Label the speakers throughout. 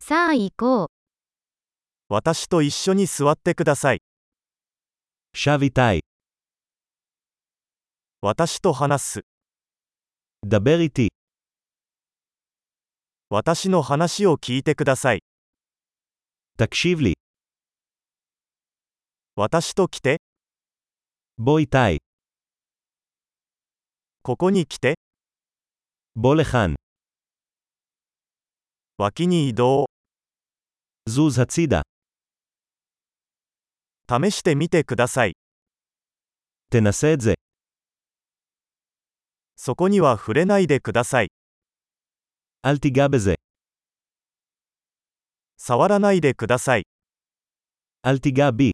Speaker 1: さあ行こう。
Speaker 2: 私と一緒に座ってください。
Speaker 3: שב איתי,
Speaker 2: 私と話す。
Speaker 3: דבר איתי,
Speaker 2: 私の話を聞いてください。
Speaker 3: תקשיב לי,
Speaker 2: 私と来て、
Speaker 3: בוא איתי,
Speaker 2: ここに来て、
Speaker 3: בוא לכאן,
Speaker 2: 脇に移動、
Speaker 3: זוז הצידה,
Speaker 2: 試してみてください。
Speaker 3: תנסה את זה,
Speaker 2: そこには触れないでください。
Speaker 3: אל תיגע בזה,
Speaker 2: 触らないでください。
Speaker 3: אל תיגע בי,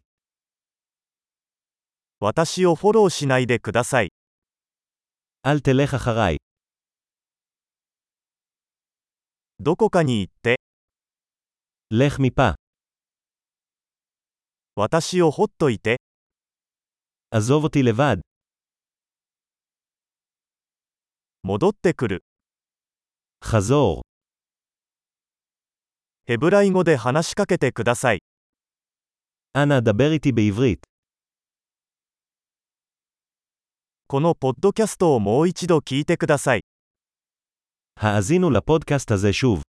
Speaker 2: 私をフォローしないでください。
Speaker 3: אל תלך אחריי,
Speaker 2: どこかに行って、
Speaker 3: לך מפה,
Speaker 2: 私をほっといて、
Speaker 3: עזוב אותי לבד,
Speaker 2: 戻ってくる。
Speaker 3: חזור,
Speaker 2: ヘブライ語で話しかけてください。
Speaker 3: אנא דבר איתי בעברית,
Speaker 2: このポッドキャストをもう一度聞いてください。
Speaker 3: האזינו לפודקאסט הזה שוב.